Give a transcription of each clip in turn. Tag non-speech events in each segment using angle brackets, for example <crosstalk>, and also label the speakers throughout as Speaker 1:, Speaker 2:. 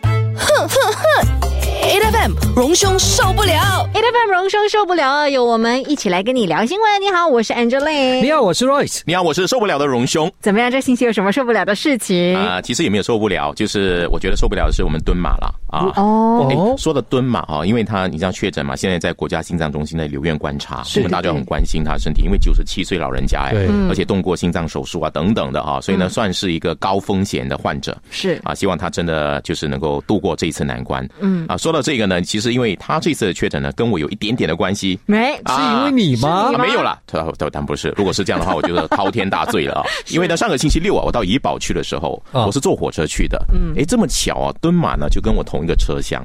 Speaker 1: 哼哼哼！A F M 荣兄受不了。
Speaker 2: A F M 荣兄受不了啊，有我们一起来跟你聊新闻。你好，我是 Angeline。
Speaker 3: 你好，我是 Royce。
Speaker 4: 你好，我是受不了的荣兄
Speaker 2: 怎么样？这星期有什么受不了的事情？
Speaker 4: 啊、其实也没有受不了，就是我觉得受不了的是我们蹲马了啊。
Speaker 2: 哦，
Speaker 4: 哎
Speaker 3: 哦
Speaker 4: 说的蹲马啊，因为他你知道确诊嘛，现在在国家心脏中心的留院观察，
Speaker 3: 是
Speaker 4: 我们大家很关心他的身体，因为九十七岁老人家哎
Speaker 3: 对，
Speaker 4: 而且动过心脏手术啊等等的啊，所以呢算是一个高风险的患者。
Speaker 2: 是
Speaker 4: 啊，希望他真的就是能够度过这一次难关。嗯啊，说到这个呢，其实因为他这次的确诊呢，跟我有一点点的关系。
Speaker 2: 没
Speaker 4: 啊
Speaker 3: 哎是因为你吗
Speaker 4: 啊，？没有啦，他他但不是。如果是这样的话，我觉得滔天大罪了 <laughs> 啊！因为呢，上个星期六啊，我到怡保去的时候，
Speaker 3: 啊
Speaker 4: 我是坐火车去的。嗯，哎，这么巧啊，敦马呢就跟我同一个车厢。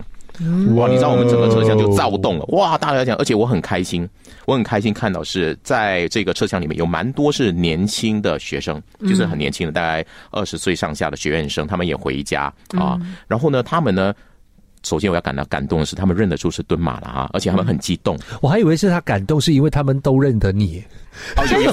Speaker 4: 哇，你知道我们整个车厢就躁动了，嗯哇！大家讲，而且我很开心，我很开心看到是在这个车厢里面有蛮多是年轻的学生，就是很年轻的，大概二十岁上下的学院生，他们也回家啊。然后呢，他们呢，首先我要感到感动的是，他们认得出是敦马了啊，而且他们很激 <laughs> 动。
Speaker 3: 我还以为是他感动，是因为他们都认得 <laughs> 你。
Speaker 4: 哦，有有有，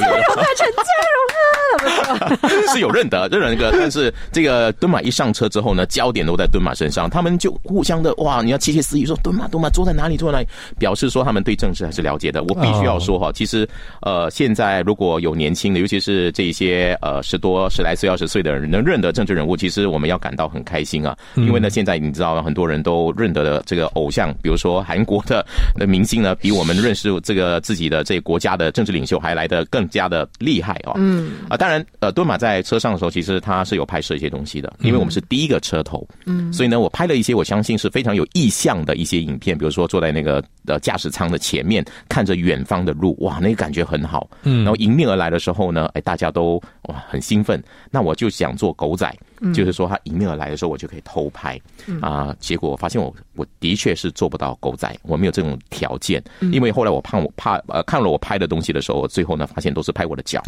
Speaker 4: 是有认得认得那个，但是这个敦马一上车之后呢，焦点都在敦马身上，他们就互相的哇，你要窃窃私语说敦马敦马坐在哪里坐在哪里，表示说他们对政治还是了解的。我必须要说哈，其实呃，现在如果有年轻的，尤其是这一些呃十多十来岁、二十岁的人能认得政治人物，其实我们要感到很开心啊，因为呢，现在你知道很多人都认得的这个偶像，比如说韩国的呃明星呢，比我们认识这个自己的这个国家的政治领袖还来得更加的厉害哦。嗯啊，当然，呃，敦马在车上的时候，其实他是有拍摄一些东西的，因为我们是第一个车头，嗯，所以呢，我拍了一些我相信是非常有意向的一些影片，比如说坐在那个呃驾驶舱的前面，看着远方的路，哇，那个感觉很好。嗯，然后迎面而来的时候呢，哎，大家都哇很兴奋，那我就想做狗仔。就是说，他迎面而来的时候，我就可以偷拍啊、结果我发现我我的确是做不到狗仔，我没有这种条件。因为后来我怕我怕呃看了我拍的东西的时候，我最后呢发现都是拍我的脚。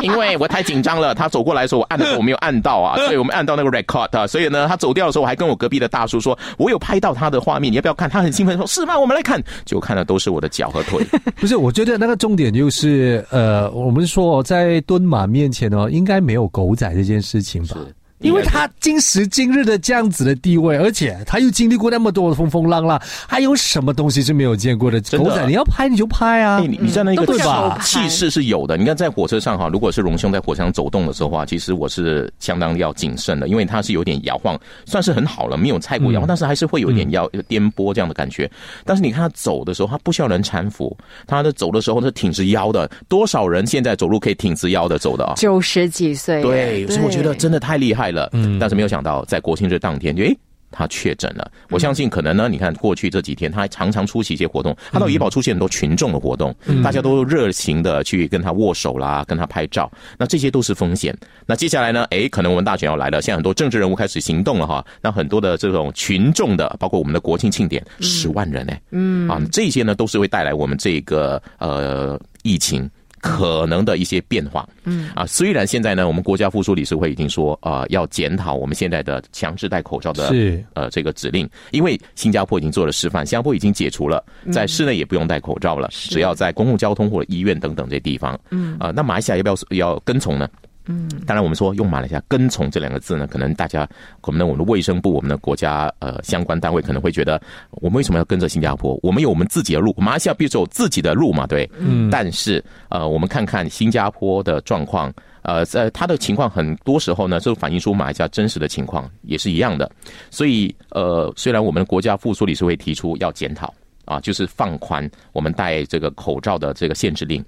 Speaker 4: 因为我太紧张了，他走过来的时候，我按的时候我没有按到啊，所以我们按到那个 record 啊，所以呢，他走掉的时候，我还跟我隔壁的大叔说，我有拍到他的画面，你要不要看？他很兴奋说，是吗？我们来看，结果看的都是我的脚和腿。
Speaker 3: 不是，我觉得那个重点就是，呃，我们说在蹲马面前哦，应该没有狗仔这件事情吧？因为他今时今日的这样子的地位，而且他又经历过那么多的风风浪浪，还有什么东西是没有见过的？
Speaker 4: 真的
Speaker 3: 狗仔，你要拍你就拍啊！
Speaker 4: 哎，你你在那
Speaker 3: 都
Speaker 4: 个
Speaker 3: 不想
Speaker 2: 拍
Speaker 4: 气势是有的。你看在火车上哈，如果是荣兄在火车上走动的时候啊，其实我是相当要谨慎的，因为它是有点摇晃，算是很好了，没有太过
Speaker 3: 嗯
Speaker 4: 摇晃，但是还是会有点摇颠簸这样的感觉。但是你看他走的时候，他不需要人搀扶，他的走的时候是挺直腰的。多少人现在走路可以挺直腰的走的啊？
Speaker 2: 九十几岁，
Speaker 4: 对，所以我觉得
Speaker 2: 对
Speaker 4: 真的太厉害了。嗯，但是没有想到在国庆日当天就诶。他确诊了，我相信可能呢，你看过去这几天，他还常常出席一些活动，他到怡保出席很多群众的活动，大家都热情的去跟他握手啦，跟他拍照，那这些都是风险。那接下来呢，诶，可能我们大选要来了，现在很多政治人物开始行动了哈，那很多的这种群众的，包括我们的国庆庆典，十万人哎，嗯啊，这些呢都是会带来我们这个呃疫情。可能的一些变化，嗯啊，虽然现在呢，我们国家复苏理事会已经说啊、呃要检讨我们现在的强制戴口罩的
Speaker 3: 是
Speaker 4: 呃这个指令，因为新加坡已经做了示范，新加坡已经解除了，在室内也不用戴口罩了，只要在公共交通或者医院等等这些地方，嗯啊、那马来西亚要不要要跟从呢？嗯，当然，我们说用马来西亚“跟从”这两个字呢，可能大家，可能我们的卫生部、我们的国家呃相关单位可能会觉得，我们为什么要跟着新加坡？我们有我们自己的路，马来西亚必须有自己的路嘛，对。嗯。但是呃，我们看看新加坡的状况，呃，在它的情况很多时候呢，就反映出马来西亚真实的情况也是一样的。所以呃，虽然我们的国家复苏理事会提出要检讨啊，就是放宽我们戴这个口罩的这个限制令，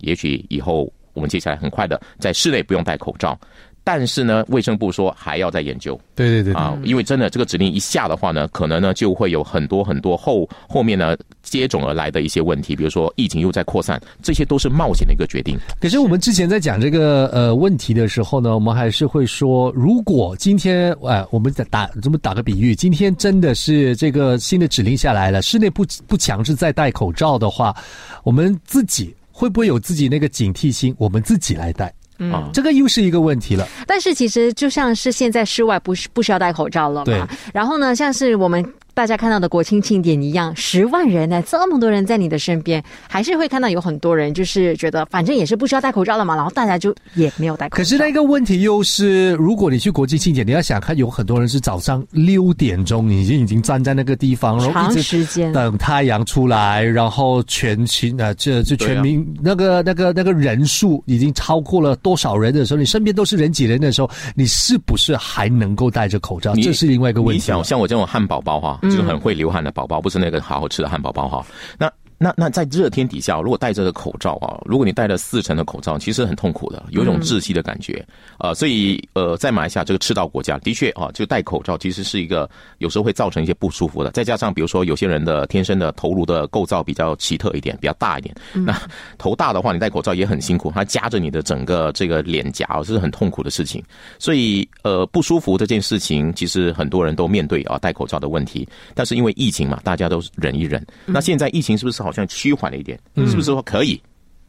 Speaker 4: 也许以后我们接下来很快的在室内不用戴口罩。但是呢，卫生部说还要再研究
Speaker 3: 对对对，
Speaker 4: 啊，因为真的这个指令一下的话呢，可能呢就会有很多很多后后面呢接踵而来的一些问题，比如说疫情又在扩散，这些都是冒险的一个决定。
Speaker 3: 可是我们之前在讲这个呃问题的时候呢，我们还是会说，如果今天呃，我们在打这么打个比喻，今天真的是这个新的指令下来了，室内不不强制再戴口罩的话，我们自己会不会有自己那个警惕心？我们自己来戴，
Speaker 2: 嗯
Speaker 4: 啊，
Speaker 3: 这个又是一个问题了。
Speaker 2: 但是其实就像是现在室外不是不需要戴口罩了嘛
Speaker 3: 对，
Speaker 2: 然后呢，像是我们大家看到的国庆庆典一样，十万人呢，这么多人在你的身边，还是会看到有很多人就是觉得反正也是不需要戴口罩了嘛，然后大家就也没有戴口罩。
Speaker 3: 可是那个问题又是，如果你去国际庆典，你要想看，有很多人是早上六点钟已经已经站在那个地方，然后一
Speaker 2: 长
Speaker 3: 直
Speaker 2: 时间
Speaker 3: 等太阳出来，然后全群啊，这这全民、那个那个那个人数已经超过了多少人的时候，你身边都是人挤人的时候，你是不是还能够戴着口罩？
Speaker 4: 你
Speaker 3: 这是另外一个问
Speaker 4: 你
Speaker 3: 题啊嗯
Speaker 4: 想
Speaker 3: 了。
Speaker 4: 像我这种汉堡包哈，就是很会流汗的宝宝，不是那个好好吃的汉堡包哈。那那那在热天底下，如果戴着的口罩啊，如果你戴了四层的口罩，其实很痛苦的，有一种窒息的感觉。
Speaker 3: 嗯
Speaker 4: 呃，所以呃，在马来西亚这个赤道国家，的确啊，就戴口罩其实是一个有时候会造成一些不舒服的。再加上比如说有些人的天生的头颅的构造比较奇特一点，比较大一点，
Speaker 3: 嗯
Speaker 4: 那头大的话，你戴口罩也很辛苦，它夹着你的整个这个脸颊，这是很痛苦的事情。所以呃，不舒服这件事情，其实很多人都面对啊戴口罩的问题。但是因为疫情嘛，大家都忍一忍。那现在疫情是不是好像趋缓了一点？是不是说可以？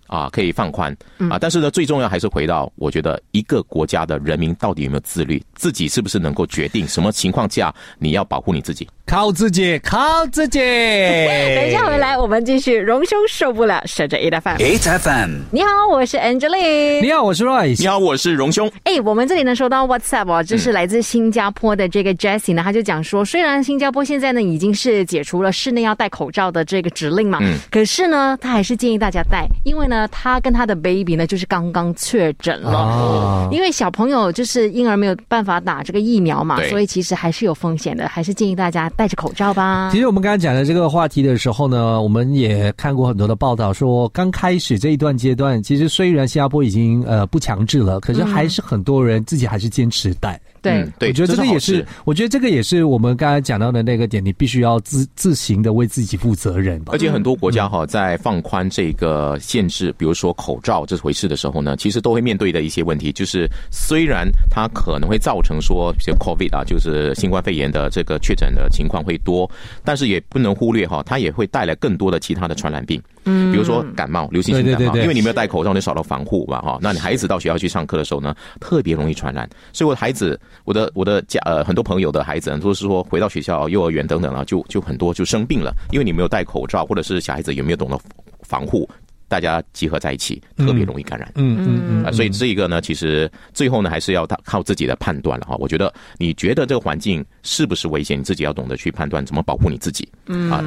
Speaker 4: 啊，可以放宽啊，但是呢，最重要还是回到，我觉得一个国家的人民到底有没有自律，自己是不是能够决定什么情况下你要保护你自己。
Speaker 3: 靠自己，靠自己。
Speaker 2: 等一下回来，我们继续。荣兄受不了，守着 A 的饭。
Speaker 5: 8FM.
Speaker 2: 你好，我是 Angeline。
Speaker 3: 你好，我是 Royce
Speaker 4: 你。好，我是荣兄。
Speaker 2: 哎，我们这里呢收到 WhatsApp 哦，这是来自新加坡的这个 Jessie 呢，
Speaker 3: 嗯
Speaker 2: 他就讲说，虽然新加坡现在呢已经是解除了室内要戴口罩的这个指令嘛，
Speaker 4: 嗯
Speaker 2: 可是呢，他还是建议大家戴，因为呢，他跟他的 baby 呢就是刚刚确诊了。
Speaker 3: 啊
Speaker 2: 因为小朋友就是婴儿没有办法打这个疫苗嘛，
Speaker 4: 对
Speaker 2: 所以其实还是有风险的，还是建议大家戴着口罩吧
Speaker 3: 其。实我们刚刚讲的这个话题的时候呢，我们也看过很多的报道说，刚开始这一段阶段，其实虽然新加坡已经呃不强制了，可是还是很多人自己还是坚持戴。
Speaker 2: 对，
Speaker 4: 嗯对，
Speaker 3: 我觉得这个
Speaker 4: 好
Speaker 3: 也是，
Speaker 4: 事
Speaker 3: 我觉得这个也是我们刚才讲到的那个点，你必须要自自行的为自己负责任吧
Speaker 4: 而。且很多国家哈，在放宽这个限制，比如说口罩这回事的时候呢，其实都会面对的一些问题，就是虽然它可能会造成说，比如 COVID 啊，就是新冠肺炎的这个确诊的情况会多，但是也不能忽略哈，它也会带来更多的其他的传染病，嗯，比如说感冒、流行性
Speaker 3: 对对
Speaker 4: 感冒，
Speaker 3: 对对
Speaker 4: 因为你没有戴口罩，你少了防护嘛哈，那你孩子到学校去上课的时候呢，特别容易传染，所以我的孩子，我的我的家呃很多朋友的孩子很多是说回到学校、幼儿园等等啊，就就很多就生病了，因为你没有戴口罩，或者是小孩子有没有懂得防护，大家集合在一起，特别容易感染。
Speaker 3: 嗯嗯嗯
Speaker 4: 啊，所以这个呢，其实最后呢，还是要他靠自己的判断了哈。我觉得你觉得这个环境是不是危险，你自己要懂得去判断怎么保护你自己。嗯啊，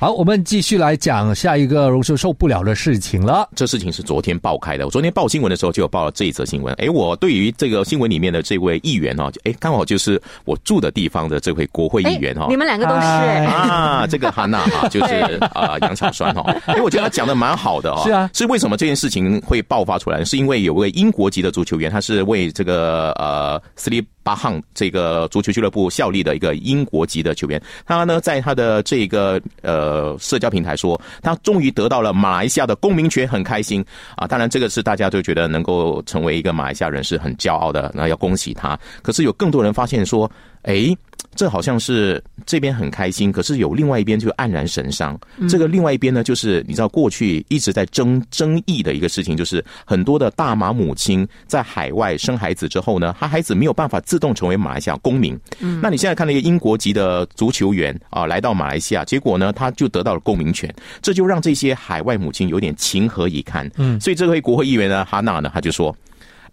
Speaker 3: 好，我们继续来讲下一个荣叔受不了的事情了。
Speaker 4: 这事情是昨天爆开的。我昨天报新闻的时候就有报了这一则新闻。诶，我对于这个新闻里面的这位议员哈、诶，刚好就是我住的地方的这位国会议员
Speaker 3: 哦
Speaker 4: 哈、
Speaker 2: 哎你们两个都是、
Speaker 3: 哎
Speaker 4: 啊，这个汉娜
Speaker 2: <laughs>
Speaker 4: 哈，就是啊、杨小川哈、因为我觉得他讲的蛮好的哈、哦
Speaker 3: 是啊
Speaker 4: 是为什么这件事情会爆发出来？是因为有位英国籍的足球员，他是为这个呃斯利巴汉这个足球俱乐部效力的一个英国籍的球员，他呢在他的这个呃社交平台说，他终于得到了马来西亚的公民权，很开心啊！当然，这个是大家就觉得能够成为一个马来西亚人是很骄傲的，那要恭喜他。可是有更多人发现说，诶，这好像是这边很开心，可是有另外一边就黯然神伤。这个另外一边呢，就是你知道过去一直在争争议的一个事情，就是很多的大马母亲在海外生孩子之后呢，他孩子没有办法自动成为马来西亚公民。那你现在看了一个英国籍的足球员啊，来到马来西亚，结果呢，他就得到了公民权，这就让这些海外母亲有点情何以堪。嗯，所以这位国会议员呢，哈纳呢，他就说。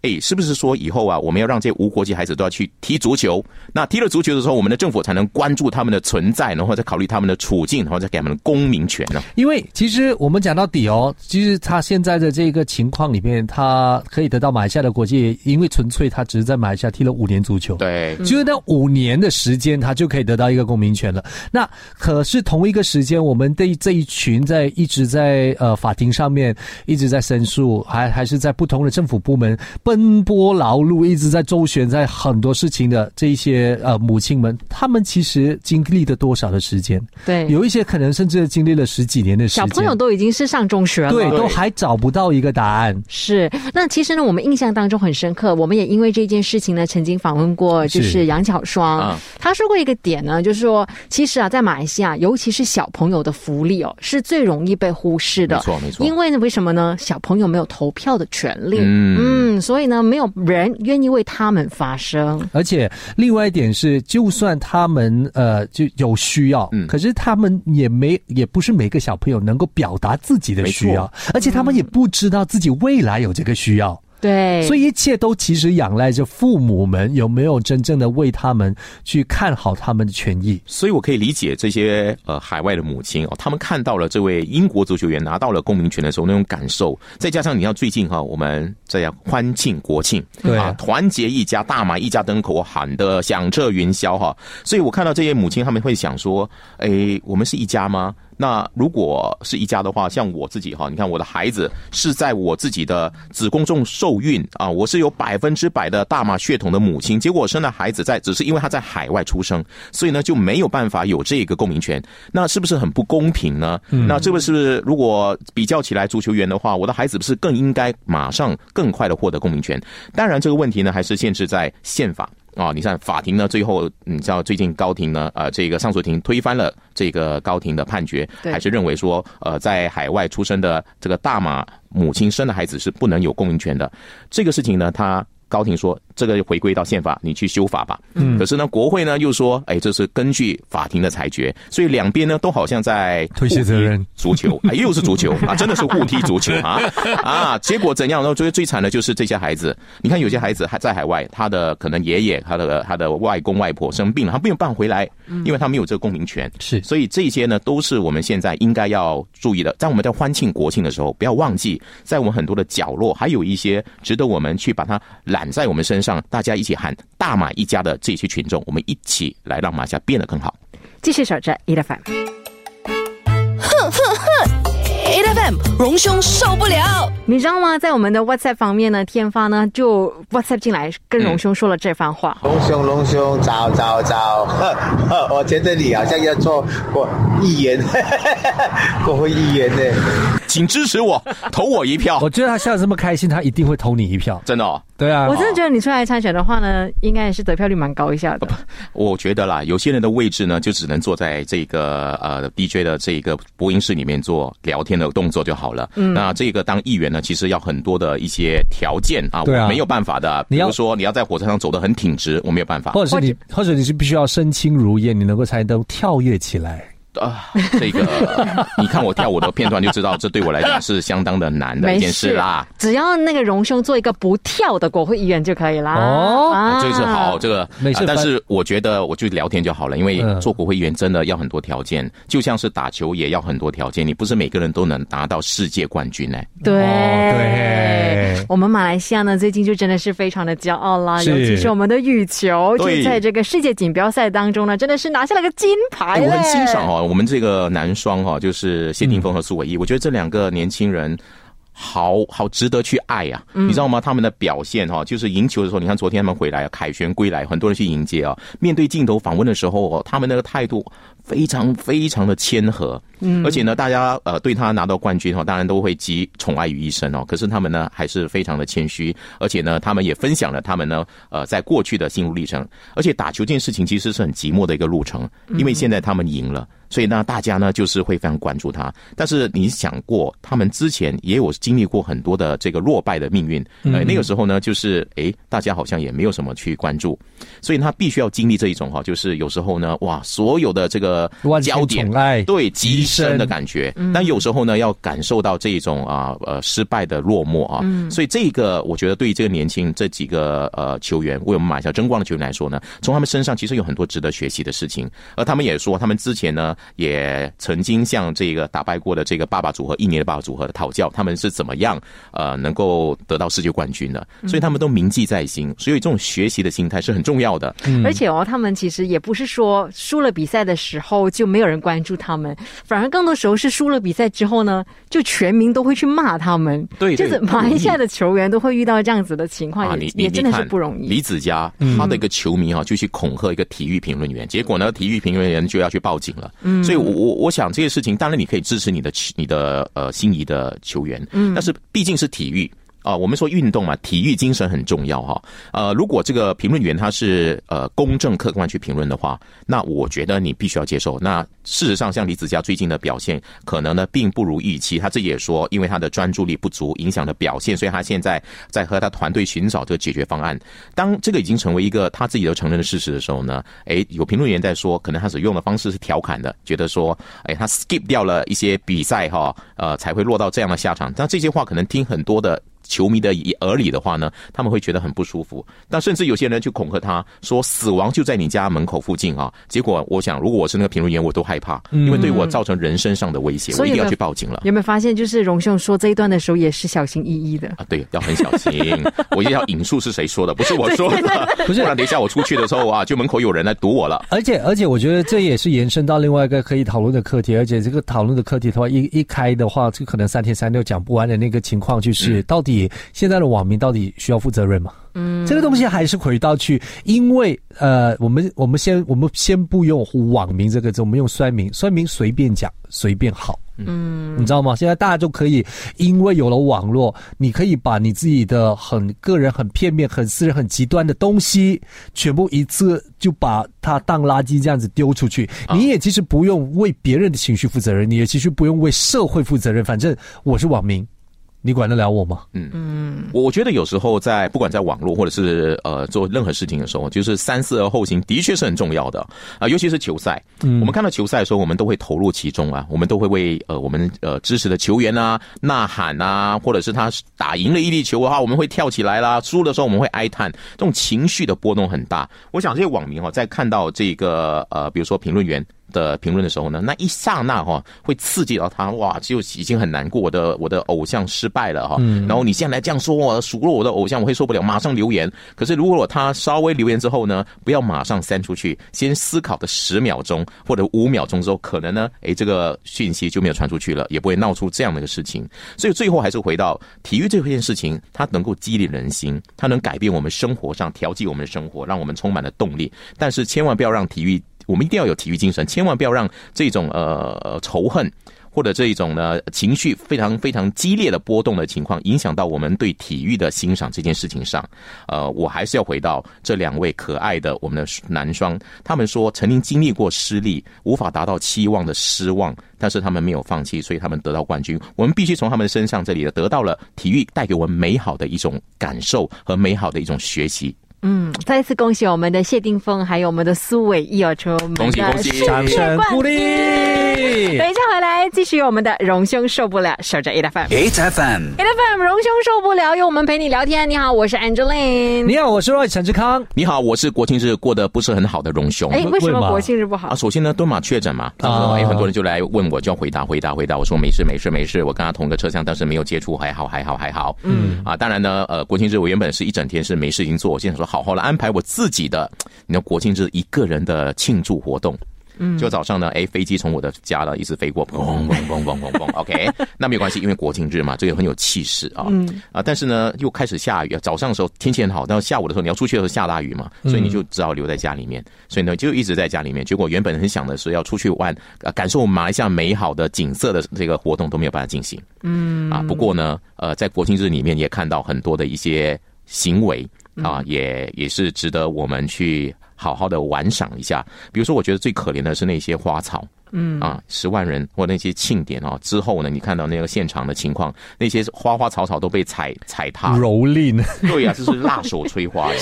Speaker 4: 哎，是不是说以后啊，我们要让这些无国籍孩子都要去踢足球？那踢了足球的时候，我们的政府才能关注他们的存在，然后再考虑他们的处境，然后再给他们的公民权呢？
Speaker 3: 因为其实我们讲到底哦，其实他现在的这个情况里面，他可以得到马来西亚的国籍，因为纯粹他只是在马来西亚踢了五年足球。
Speaker 4: 对，
Speaker 2: 嗯
Speaker 3: 就是那五年的时间，他就可以得到一个公民权了。那可是同一个时间，我们对这一群在一直在呃法庭上面一直在申诉，还还是在不同的政府部门奔波劳碌，一直在周旋在很多事情的这一些呃母亲们，他们其实经历了多少的时间？
Speaker 2: 对，
Speaker 3: 有一些可能甚至经历了十几年的时间，
Speaker 2: 小朋友都已经是上中学了，
Speaker 3: 对
Speaker 4: 对
Speaker 3: 都还找不到一个答案。
Speaker 2: 是，那其实呢，我们印象当中很深刻，我们也因为这件事情呢，曾经访问过就是是杨巧双，
Speaker 4: 啊
Speaker 2: 他说过一个点呢，就是说，其实啊，在马来西亚，尤其是小朋友的福利哦，是最容易被忽视的，
Speaker 4: 没错没错
Speaker 2: 因为呢，为什么呢？小朋友没有投票的权利，
Speaker 4: 嗯
Speaker 2: 所所以呢，没有人愿意为他们发声。
Speaker 3: 而且另外一点是，就算他们呃就有需要，
Speaker 4: 嗯
Speaker 3: 可是他们也没也不是每个小朋友能够表达自己的需要，而且他们也不知道自己未来有这个需要，
Speaker 2: 对，
Speaker 3: 所以一切都其实仰赖着父母们有没有真正的为他们去看好他们的权益。
Speaker 4: 所以我可以理解这些呃海外的母亲哦，他们看到了这位英国足球员拿到了公民权的时候那种感受，再加上你要最近哈、我们这样欢庆国庆，
Speaker 3: 对
Speaker 4: 啊，团结一家，大马一家灯口喊得响彻云霄哈、所以我看到这些母亲他们会想说，诶，我们是一家吗？那如果是一家的话，像我自己哈，你看我的孩子是在我自己的子宫中受孕啊，我是有百分之百的大马血统的母亲，结果我生了孩子在，只是因为他在海外出生，所以呢就没有办法有这个公民权，那是不是很不公平呢？那这个是不是如果比较起来足球员的话，我的孩子不是更应该马上更快的获得公民权？当然，这个问题呢还是限制在宪法。啊、你看法庭呢，最后嗯你知道最近高庭呢，呃，这个上诉庭推翻了这个高庭的判决，
Speaker 2: 对
Speaker 4: 还是认为说，呃，在海外出生的这个大马母亲生的孩子是不能有公民权的。这个事情呢，他高庭说这个回归到宪法，你去修法吧。嗯，可是呢，国会呢又说，哎，这是根据法庭的裁决，所以两边呢都好像在
Speaker 3: 推卸责任。
Speaker 4: 足球，哎，又是足球啊，真的是互踢足球啊啊！结果怎样呢？最最惨的就是这些孩子，你看有些孩子还在海外，他的可能爷爷、他的他的外公外婆生病了，他没有办法回来，因为他没有这个公民权。
Speaker 3: 是
Speaker 4: 所以这些呢，都是我们现在应该要注意的。在我们在欢庆国庆的时候，不要忘记，在我们很多的角落，还有一些值得我们去把它揽在我们身上，大家一起喊“大马一家”的这些群众，我们一起来让马来西亚变得更好。
Speaker 2: 继续守着 E F M。
Speaker 1: A F M 荣兄受不了
Speaker 2: 你知道吗？在我们的 WhatsApp 方面呢，天发呢就 WhatsApp 进来
Speaker 4: 嗯
Speaker 2: 跟荣兄说了这番话。
Speaker 5: 龙兄，龙兄，早早早！我觉得你好像要做国议员， <laughs> 国会议员呢。
Speaker 4: 请支持我，投我一票
Speaker 3: 我。觉得他笑得这么开心，他一定会投你一票。
Speaker 4: 真的、哦，
Speaker 3: 对啊，
Speaker 2: 我真的觉得你出来参选的话呢，应该也是得票率蛮高一
Speaker 4: 哦
Speaker 2: 下的。
Speaker 4: 我觉得啦，有些人的位置呢，就只能坐在这个呃 DJ 的这个播音室里面做聊天的动作就好了。嗯，那这个当议员呢，其实要很多的一些条件啊，
Speaker 3: 对啊
Speaker 4: 我没有办法的。
Speaker 3: 你
Speaker 4: 比
Speaker 3: 要
Speaker 4: 如说你要在火车上走得很挺直，我没有办法。
Speaker 3: 或者是你，或者你是必须要身轻如燕，你能够才能跳跃起来。
Speaker 4: 啊，这个你看我跳舞的片段就知道，这对我来讲是相当的难的一
Speaker 2: 没
Speaker 4: 件事
Speaker 2: 事啊
Speaker 4: 啦。，
Speaker 2: 只要那个荣兄做一个不跳的国会议员就可以啦。
Speaker 3: 哦
Speaker 2: 啊
Speaker 4: 这是好，这个，
Speaker 3: 没事
Speaker 4: 啊但
Speaker 3: 反
Speaker 4: 是我觉得我就聊天就好了，因为
Speaker 3: 嗯
Speaker 4: 做国会议员真的要很多条件，就像是打球也要很多条件，你不是每个人都能拿到世界冠军呢、
Speaker 2: 对、
Speaker 3: 哦对
Speaker 2: 我们马来西亚呢，最近就真的是非常的骄傲啦，
Speaker 3: 是
Speaker 2: 尤其是我们的羽球，就
Speaker 4: 对
Speaker 2: 在这个世界锦标赛当中呢，真的是拿下了个金牌
Speaker 4: 哎，
Speaker 2: 嘞、
Speaker 4: 我很欣赏哦，我们这个男双哦，就是谢霆锋和苏伟毅，我觉得这两个年轻人。好好值得去爱呀、你知道吗？他们的表现哈、哦，就是赢球的时候，你看昨天他们回来，啊凯旋归来，很多人去迎接啊、面对镜头访问的时候哦，他们那个态度非常非常的谦和，嗯，而且呢，大家呃对他拿到冠军哈、哦，当然都会集宠爱于一身哦。可是他们呢，还是非常的谦虚，而且呢，他们也分享了他们呢呃在过去的心路历程。而且打球这件事情其实是很寂寞的一个路程，因为现在他们赢了，所以呢，大家呢就是会非常关注他。但是你想过，他们之前也有经历过很多的这个落败的命运，呃，那个时候呢，就是诶，大家好像也没有什么去关注，所以他必须要经历这一种哈，就是有时候呢，哇，所有的这个
Speaker 3: 万千
Speaker 4: 焦点
Speaker 3: 宠爱
Speaker 4: 对
Speaker 3: 极
Speaker 4: 极深的
Speaker 3: 深
Speaker 4: 感觉，但有时候呢，要感受到这一种啊呃失败的落寞啊，所以这个我觉得对于这个年轻这几个呃球员，为我们马来西亚争光的球员来说呢，从他们身上其实有很多值得学习的事情。而他们也说，他们之前呢也曾经向这个打败过的这个爸爸组合印尼的爸爸组合的讨教，他们是怎么样呃能够得到世界冠军的，所以他们都铭记在心。所以这种学习的心态是很重要的。
Speaker 2: 而且哦，他们其实也不是说输了比赛的时候就没有人关注他们，反而更多时候是输了比赛之后呢，就全民都会去骂他们。
Speaker 4: 对
Speaker 2: 就
Speaker 4: 对
Speaker 2: 是马来西亚的球员都会遇到这样子的情况，
Speaker 4: <laughs> 啊，
Speaker 2: 也
Speaker 4: 你
Speaker 2: 也
Speaker 4: 你
Speaker 2: 真
Speaker 4: 你
Speaker 2: 的是
Speaker 4: 看
Speaker 2: 不容易。
Speaker 4: 李子嘉他的一个球迷啊，就去恐吓一个体育评论员，结果呢，体育评论员就要去报警了。嗯，所以我我我想这些事情，当然你可以支持你的你的呃心仪的球员，嗯，但是毕竟是体育。啊，我们说运动嘛，体育精神很重要哈。呃，如果这个评论员他是呃公正客观去评论的话，那我觉得你必须要接受。那事实上，像李子嘉最近的表现，可能呢并不如预期。他自己也说，因为他的专注力不足，影响了表现，所以他现在在和他团队寻找这个解决方案。当这个已经成为一个他自己都承认的事实的时候呢，诶，有评论员在说，可能他所用的方式是调侃的，觉得说，诶，他 skip 掉了一些比赛哈，呃，才会落到这样的下场。但这些话可能听很多的。球迷的耳里的话呢，他们会觉得很不舒服。但甚至有些人去恐吓他说：“死亡就在你家门口附近啊！”结果我想，如果我是那个评论员，我都害怕，因为对我造成人身上的威胁，
Speaker 2: 所
Speaker 4: 我
Speaker 2: 以
Speaker 4: 一定要
Speaker 2: 呢
Speaker 4: 去报警了。
Speaker 2: 有没有发现，就是荣兄说这一段的时候也是小心翼翼的？
Speaker 4: 啊，对，要很小心。我也要引述是谁说的，不是我说的，
Speaker 3: 不是
Speaker 4: 不然等一下我出去的时候啊，就门口有人来堵我了。
Speaker 3: 而且而且，我觉得这也是延伸到另外一个可以讨论的课题，而且这个讨论的课题的话，一一开的话，就可能三天三六讲不完的那个情况，就是、到底现在的网民到底需要负责任吗？嗯，这个东西还是回到去，因为呃，我们我们先我们先不用网民这个字，我们用酸民，酸民随便讲随便好。嗯，你知道吗？现在大家就可以，因为有了网络，你可以把你自己的很个人、很片面、很私人、很极端的东西，全部一次就把它当垃圾这样子丢出去。你也其实不用为别人的情绪负责任，你也其实不用为社会负责任。反正我是网民，你管得了我吗？
Speaker 4: 我我觉得有时候在不管在网络或者是呃做任何事情的时候，就是三思而后行，的确是很重要的啊、呃尤其是球赛，我们看到球赛的时候，我们都会投入其中啊，我们都会为呃我们呃支持的球员啊呐喊啊，或者是他打赢了一粒球的话，我们会跳起来啦；输的时候我们会哀叹，这种情绪的波动很大。我想这些网民哦，在看到这个呃，比如说评论员。的评论的时候呢，那一刹那哈、会刺激到他哇，就已经很难过，我的我的偶像失败了哈、然后你现在这样说我数落我的偶像，我会受不了，马上留言。可是如果他稍微留言之后呢，不要马上删出去，先思考的十秒钟或者五秒钟之后，可能呢，诶，这个讯息就没有传出去了，也不会闹出这样的一个事情。所以最后还是回到体育这件事情，它能够激励人心，它能改变我们生活上，调剂我们的生活，让我们充满了动力。但是千万不要让体育我们一定要有体育精神，千万不要让这种呃仇恨。或者这一种呢情绪非常非常激烈的波动的情况，影响到我们对体育的欣赏这件事情上。呃，我还是要回到这两位可爱的我们的男双，他们说曾经经历过失利，无法达到期望的失望，但是他们没有放弃，所以他们得到冠军。我们必须从他们身上这里得到了体育带给我们美好的一种感受和美好的一种学习。
Speaker 2: 嗯，再一次恭喜我们的谢定峰，还有我们的苏伟毅哦，成为我们
Speaker 4: 恭喜恭
Speaker 2: 的
Speaker 4: 喜
Speaker 2: 世界
Speaker 3: 掌声
Speaker 2: 冠
Speaker 3: 鼓励
Speaker 2: 军。！等一下回来继续有我们的荣兄受不了，守着 A F M。
Speaker 6: 8FM
Speaker 2: A F M 荣兄受不了，有我们陪你聊天。你好，我是 Angeline。
Speaker 3: 你好，我是 Roy 陈志康。
Speaker 4: 你好，我是国庆日过得不是很好的荣兄。
Speaker 2: 哎，为什
Speaker 3: 为
Speaker 2: 么
Speaker 3: 嘛
Speaker 2: 国庆日不好
Speaker 4: 啊，？首先呢，蹲马确诊嘛，然后
Speaker 3: 啊
Speaker 4: 哎，很多人就来问我，就要回答回答回答。我说没事没事没事，我跟他同个车厢，但是没有接触，还好还好还好。嗯啊，当然呢，呃，国庆日我原本是一整天是没事情做，我现在说好好的安排我自己的，你知道国庆日一个人的庆祝活动。嗯，哦就早上呢，哎，飞机从我的家呢一直飞过，砰砰砰砰砰砰，OK，那 <laughs> 没有关系，因为国庆日嘛，这个很有气势啊。嗯啊，但是呢，又开始下雨，早上的时候天气很好，但是下午的时候你要出去的时候下大雨嘛，所以你就只好留在家里面，所以呢就一直在家里面。结果原本很想的是要出去玩，呃，感受马来西亚美好的景色的这个活动都没有办法进行。嗯啊，不过呢，呃，在国庆日里面也看到很多的一些行为啊，也也是值得我们去好好的玩赏一下。比如说，我觉得最可怜的是那些花草。嗯啊，十万人或那些庆典哦，之后呢，你看到那个现场的情况，那些花花草草都被踩踩踏，
Speaker 3: 蹂躏，
Speaker 4: 对呀、就是辣手摧花 <laughs> 呀。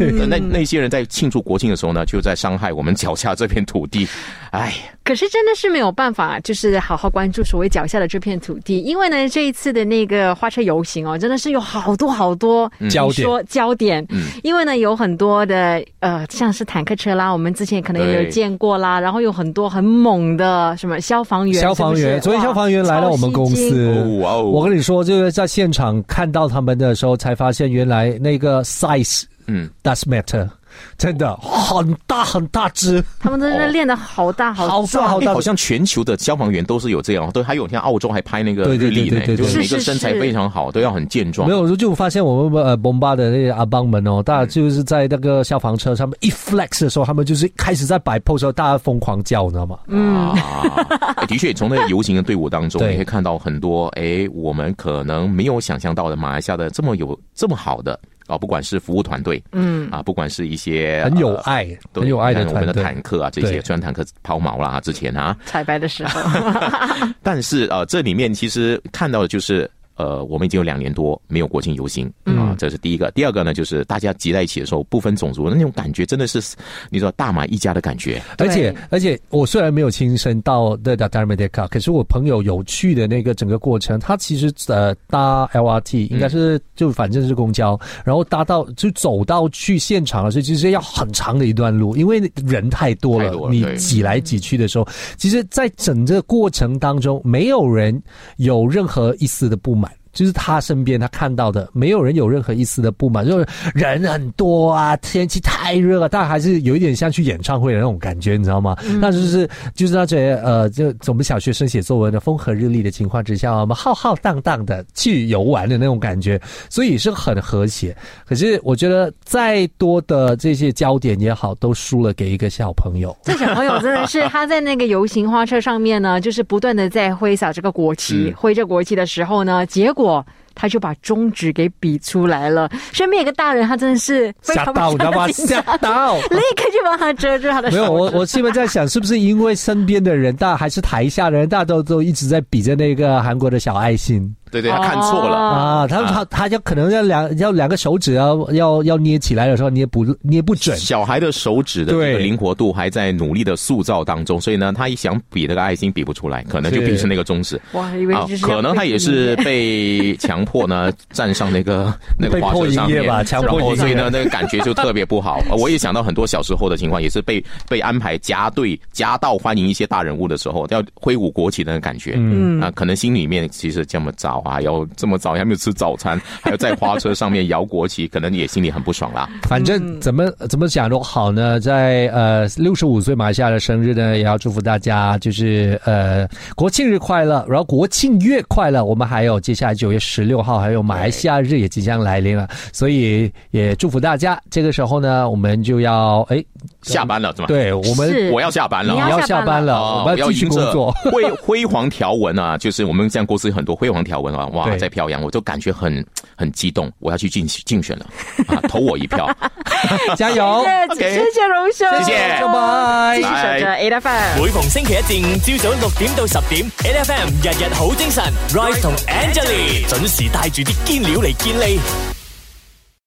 Speaker 4: 呃那那那些人在庆祝国庆的时候呢，就在伤害我们脚下这片土地。哎，
Speaker 2: 可是真的是没有办法，就是好好关注所谓脚下的这片土地，因为呢，这一次的那个花车游行哦，真的是有好多好多
Speaker 3: 焦点
Speaker 2: 你说焦点，
Speaker 4: 嗯
Speaker 2: 因为呢有很多的呃，像是坦克车啦，我们之前可能也有
Speaker 4: 对
Speaker 2: 见过啦，然后有很多很猛的什么消防员，
Speaker 3: 消防员，
Speaker 2: 是
Speaker 3: 昨
Speaker 2: 不是
Speaker 3: 天消防员来到我们公。
Speaker 2: 哇超吸睛
Speaker 3: 司，
Speaker 4: 哦哇哦
Speaker 3: 我跟你说，就是在现场看到他们的时候，才发现原来那个 size
Speaker 4: 嗯，
Speaker 3: does matter。真的很大很大只，
Speaker 2: 他们真的练得好大好
Speaker 3: 好大
Speaker 2: 壮
Speaker 3: 好
Speaker 4: 哎，
Speaker 3: 大
Speaker 4: 好。像全球的消防员都是有这样，对，还有像澳洲还拍那个
Speaker 3: 对对
Speaker 4: 日历呢，
Speaker 3: 对对对对
Speaker 4: 就是每个
Speaker 2: 是是
Speaker 4: 身材
Speaker 2: 是
Speaker 4: 非常好，都要很健壮。
Speaker 3: 没有，我就就发现我们呃bomba 的那些阿邦们哦，大家就是在那个消防车上面一 flex 的时候，他们就是开始在摆 pose 的时候，大家疯狂叫，你知道吗？
Speaker 4: 嗯啊，哎的确，从那个游行的队伍当中，
Speaker 3: 对
Speaker 4: 你会看到很多哎，我们可能没有想象到的马来西亚的这么有这么好的啊，不管是服务团队，嗯，啊，不管是一些
Speaker 3: 很有
Speaker 4: 呃
Speaker 3: 爱，
Speaker 4: 对
Speaker 3: 很有爱的
Speaker 4: 你看我
Speaker 3: 团
Speaker 4: 们的
Speaker 3: 队。
Speaker 4: 坦克啊，这
Speaker 3: 对
Speaker 4: 些虽然坦克抛锚啦，之前啊，
Speaker 2: 彩排的时候，
Speaker 4: 但是呃，这里面其实看到的就是。呃，我们已经有两年多没有国庆游行啊，这是第一个。第二个呢，就是大家集在一起的时候，不分种族的那种感觉，真的是你知道大马一家的感觉。
Speaker 2: 对
Speaker 3: 而且而且，我虽然没有亲身到的 d a r m e d i c a 可是我朋友有去的那个整个过程，他其实呃搭 LRT 应该是、就反正是公交，然后搭到就走到去现场的时候，其实要很长的一段路，因为人太多了，
Speaker 4: 太多了
Speaker 3: 你
Speaker 4: 对
Speaker 3: 挤来挤去的时候，其实，在整个过程当中，没有人有任何一丝的不满。就是他身边他看到的，没有人有任何一丝的不满，就是人很多啊，天气太热了，但还是有一点像去演唱会的那种感觉，你知道吗？那就是就是那些呃，就我们小学生写作文的风和日丽的情况之下，我们浩浩荡荡的去游玩的那种感觉，所以是很和谐。可是我觉得再多的这些焦点也好，都输了给一个小朋友。
Speaker 2: 这小朋友真的
Speaker 3: <laughs>
Speaker 2: 是他在那个游行花车上面呢，就是不断的在挥洒这个国旗，
Speaker 4: 嗯
Speaker 2: 挥着国旗的时候呢，结果。他就把中指给比出来了，身边有个大人，他真的是非
Speaker 3: 吓
Speaker 2: 常
Speaker 3: 到，你知道吗？
Speaker 2: 非常紧
Speaker 3: 吓
Speaker 2: 张 <laughs>
Speaker 3: 到！
Speaker 2: 立刻就帮他遮住他的手
Speaker 3: 没
Speaker 2: 指。
Speaker 3: 有，我我心里面在想，是不是因为身边的人，大家还是台下的人，大家都都一直在比着那个韩国的小爱心
Speaker 4: 对对，他看错了。
Speaker 3: 啊，他他他就可能要两要两个手指要要要捏起来的时候捏不捏不准，
Speaker 4: 小孩的手指的这个
Speaker 3: 对
Speaker 4: 灵活度还在努力的塑造当中，所以呢，他一想比那个爱心比不出来，可能就是比出那个中指。
Speaker 2: 我还以
Speaker 3: 啊
Speaker 2: 为就是要
Speaker 4: 啊可能他也是
Speaker 2: <laughs>
Speaker 4: 被强迫呢，站上那个 <laughs> 那个
Speaker 3: 被
Speaker 4: 花
Speaker 3: 迫
Speaker 4: 车上
Speaker 3: 营业
Speaker 4: 面
Speaker 3: 吧强迫
Speaker 4: 然后
Speaker 3: 营
Speaker 4: 所以
Speaker 3: 业
Speaker 4: 呢，那个感觉就特别
Speaker 3: <laughs>
Speaker 4: 不好。呃我也想到很多小时候的情况，也是被被安排夹队夹道欢迎一些大人物的时候，要挥舞国旗的那个感觉。嗯啊，可能心里面其实这么早啊，要这么早还没有吃早餐，还要在花车上面摇国旗，可能也心里很不爽啦。
Speaker 3: 反正怎么怎么讲都好呢，在呃六十五岁马来西亚的生日呢，也要祝福大家，就是呃国庆日快乐，然后国庆月快乐。我们还有接下来九月十六号还有马来西亚日也即将来临了，所以也祝福大家。这个时候呢，我们就要哎，
Speaker 4: 下班了是吧？，
Speaker 3: <laughs> 对我们
Speaker 2: 是
Speaker 4: 我要下班了
Speaker 2: 你
Speaker 4: 啊。
Speaker 3: 你要下班了，
Speaker 4: 哦
Speaker 3: 我们要继续工作。
Speaker 4: 我要迎着 <laughs> 辉辉煌条纹啊，就是我们这样公司很多辉煌条纹啊，哇，
Speaker 3: 对
Speaker 4: 在飘扬，我都感觉很很激动，我要去竞竞选了啊，投我一
Speaker 3: <laughs>
Speaker 4: 票。 <laughs>
Speaker 3: 加油，
Speaker 2: 哦 <laughs> 谢谢
Speaker 4: OK
Speaker 2: 谢谢荣兄，
Speaker 4: 谢谢
Speaker 3: 拜拜
Speaker 2: 继续。守着 A F M。
Speaker 6: 每逢星期一至五朝早六点到十点，N F M 日日好精神，Rise 同 Angelie 准时带住啲坚料嚟健利。